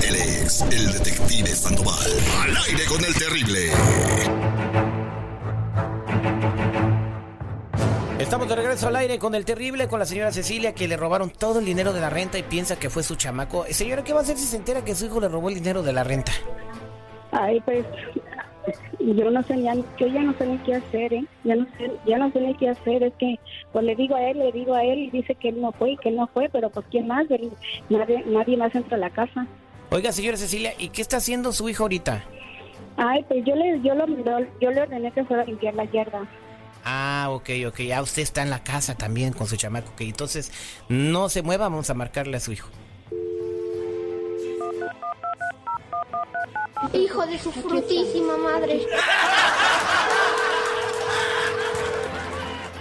es el detective Sandoval. Al aire con el terrible. Estamos de regreso al aire con el terrible, con la señora Cecilia, que le robaron todo el dinero de la renta y piensa que fue su chamaco. Eh, Señora, ¿qué va a hacer si se entera que su hijo le robó el dinero de la renta? Ay, pues yo no sé, ya, yo ya no sé ni qué hacer, ¿eh? Ya no sé, ya no sé ni qué hacer, es que pues le digo a él, le digo a él y dice que él no fue y que él no fue, pero pues quién más, Él- nadie, nadie más entra a la casa. Oiga, señora Cecilia, ¿y qué está haciendo su hijo ahorita? Ay, pues yo le, yo lo, yo le ordené que fuera a limpiar la yarda. Ah, ok, ok. Ya usted está en la casa también con su chamaco. ok. entonces, no se mueva, vamos a marcarle a su hijo. Hijo de su frutísima madre.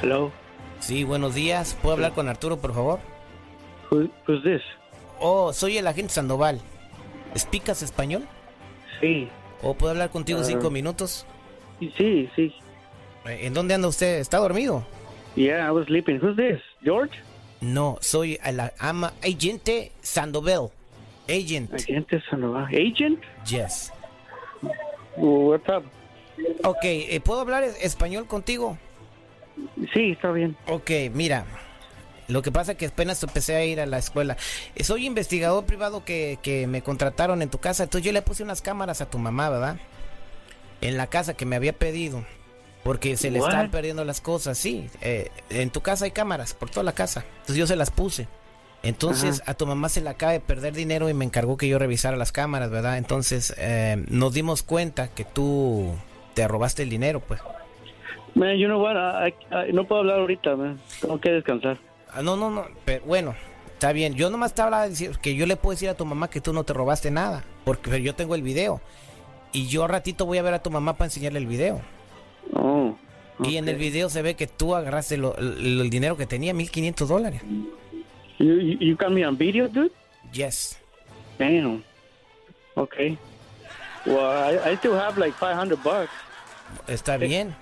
Hello, Sí, buenos días. ¿Puedo hablar con Arturo, por favor? Who, who's this? Oh, soy el agente Sandoval. ¿Explicas español? Sí, ¿O puedo hablar contigo Ah. cinco minutos? sí, sí. Eh, ¿En dónde anda usted? ¿Está dormido? Yeah, I was sleeping. Who's this? George? No, soy el ama agente Sandoval. Agent. Agent Sandoval. Agent? Yes. What's up? Ok, eh, ¿puedo hablar es- español contigo? Sí, está bien. Ok, mira. Lo que pasa es que apenas empecé a ir a la escuela. Eh, Soy investigador privado que, que me contrataron en tu casa. Entonces yo le puse unas cámaras a tu mamá, ¿verdad? En la casa que me había pedido. Porque se le What? están perdiendo las cosas, sí. eh, en tu casa hay cámaras, por toda la casa. Entonces yo se las puse. Entonces a tu mamá se le acaba de perder dinero y me encargó que yo revisara las cámaras, ¿verdad? Entonces eh, nos dimos cuenta que tú te robaste el dinero, pues. Man, you know what? I- I- I- no puedo hablar ahorita, man. Tengo que descansar. Ah, No, no, no, pero bueno, está bien. Yo nomás te hablaba de decir que yo le puedo decir a tu mamá que tú no te robaste nada, porque pero yo tengo el video. Y yo al ratito voy a ver a tu mamá para enseñarle el video. Oh. Y en el video se ve que tú agarraste lo- lo- el dinero que tenía, 1500 dólares. You, you, you got me on video, dude? Yes. Damn. Okay. Well, I, I still have like 500 bucks. Está Sí. bien.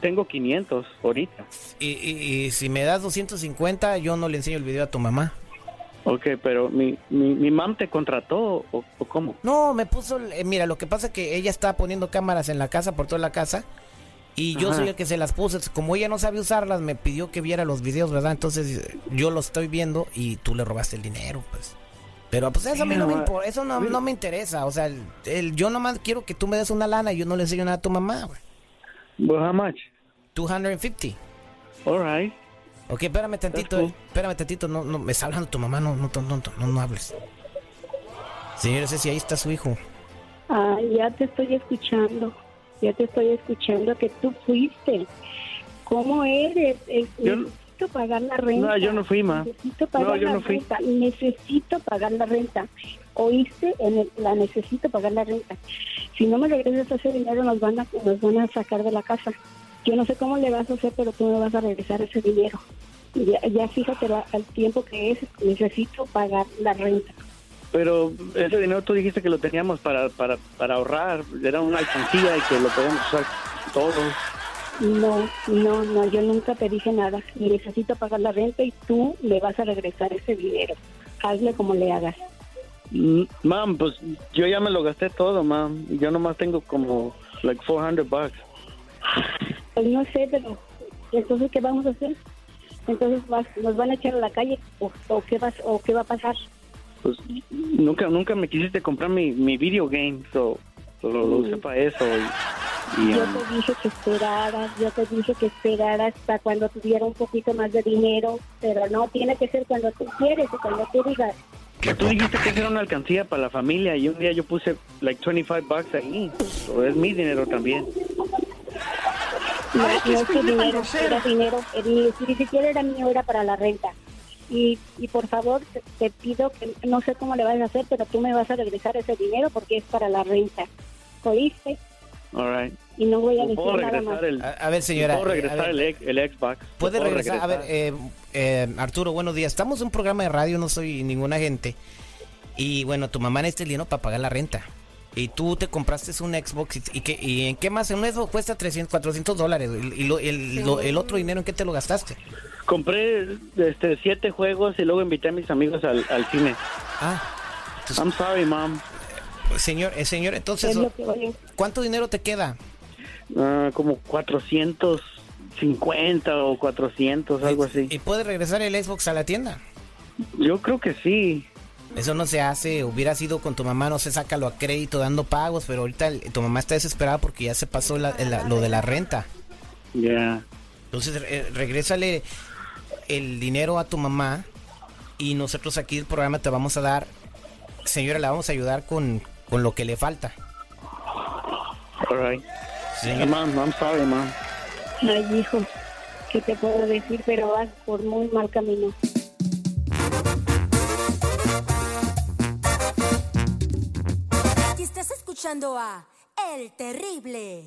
Tengo 500 ahorita. Y, y- y si me das 250, yo no le enseño el video a tu mamá. Okay, pero mi, mi, mi mam te contrató o, o cómo? No, me puso. el- eh, mira, lo que pasa es que ella está poniendo cámaras en la casa, por toda la casa. Y yo Ajá. soy el que se las puse. Como ella no sabe usarlas, me pidió que viera los videos, ¿verdad? Entonces eh, yo lo estoy viendo y tú le robaste el dinero, pues. Pero pues eso a mí no me, Mira, impor- eso no, mira. no me interesa. O sea, el, el- yo nomás quiero que tú me des una lana y yo no le enseño nada a tu mamá, güey. Well, how much? 250. All right. Ok, espérame tantito, eh, cool. espérame tantito, no, no, me está hablando tu mamá, no, no, no, no, no, no hables. Señora Ceci, ahí está su hijo. Ah, ya te estoy escuchando, ya te estoy escuchando que tú fuiste. ¿Cómo eres? Eh, Yo no- necesito pagar la renta. No, yo no fui, ma. Necesito pagar No, yo la no fui. renta. Necesito pagar la renta. Oíste, en el- la necesito pagar la renta. Si no me regresas ese dinero, nos van a, nos van a sacar de la casa. Yo no sé cómo le vas a hacer, pero tú me vas a regresar ese dinero. Ya, ya fíjate la- al tiempo que es. Necesito pagar la renta. Pero ese dinero tú dijiste que lo teníamos para, para, para ahorrar, era una alcancía y que lo podíamos usar todos. No, no, no, yo nunca te dije nada. Necesito pagar la renta y tú le vas a regresar ese dinero. Hazle como le hagas. Mm, Mam, pues yo ya me lo gasté todo, mam. Yo nomás tengo como like 400 bucks. Pues no sé, pero entonces ¿qué vamos a hacer? Entonces vas- nos van a echar a la calle o, o qué vas o qué va a pasar. Pues nunca nunca me quisiste comprar mi, mi video game, so so lo, lo usé para eso. Y, y, Mm. Yo um, te dije que esperaras, yo te dije que esperaras hasta cuando tuviera un poquito más de dinero, pero no tiene que ser cuando tú quieres o cuando tú digas. tú dijiste que esa era una alcancía para la familia y un día yo puse like 25 bucks ahí. So, es mi dinero también. No, no es que dinero, era dinero, eh, ni, ni siquiera era mío, era para la renta. Y, y por favor, te, te pido que no sé cómo le vas a hacer, pero tú me vas a regresar ese dinero porque es para la renta. ¿Oíste? All right. Y no voy a No decir puedo nada más. regresar el, A, a ver, señora. puedo eh, a regresar ver. el, ex- el Xbox. Puede Puedo regresar. A ver, eh, eh, Arturo, buenos días. Estamos en un programa de radio, no soy ningún agente. Y bueno, tu mamá necesita el dinero para pagar la renta. Y tú te compraste un Xbox. ¿Y, y qué- y en qué más? En un Xbox cuesta 300, 400 dólares. ¿Y lo- el, lo- el otro dinero en qué te lo gastaste? Compré este, siete juegos y luego invité a mis amigos al, al cine. Ah, I'm sorry, mom. Señor, eh, señor, entonces, es lo que voy a- ¿cuánto dinero te queda? Ah, como 450 o 400, algo así. ¿Y puede regresar el Xbox a la tienda? Yo creo que sí. Eso no se hace, hubiera sido con tu mamá, no sé, sácalo a crédito dando pagos, pero ahorita el- tu mamá está desesperada porque ya se pasó la- la- lo de la renta. Ya. Entonces, re- regrésale el dinero a tu mamá y nosotros aquí el programa te vamos a dar, señora, la vamos a ayudar con, con lo que le falta. All right. Señor, Mom, I'm sorry, mom. Ay, hijo, ¿qué te puedo decir? Pero vas por muy mal camino. Aquí estás escuchando a El Terrible.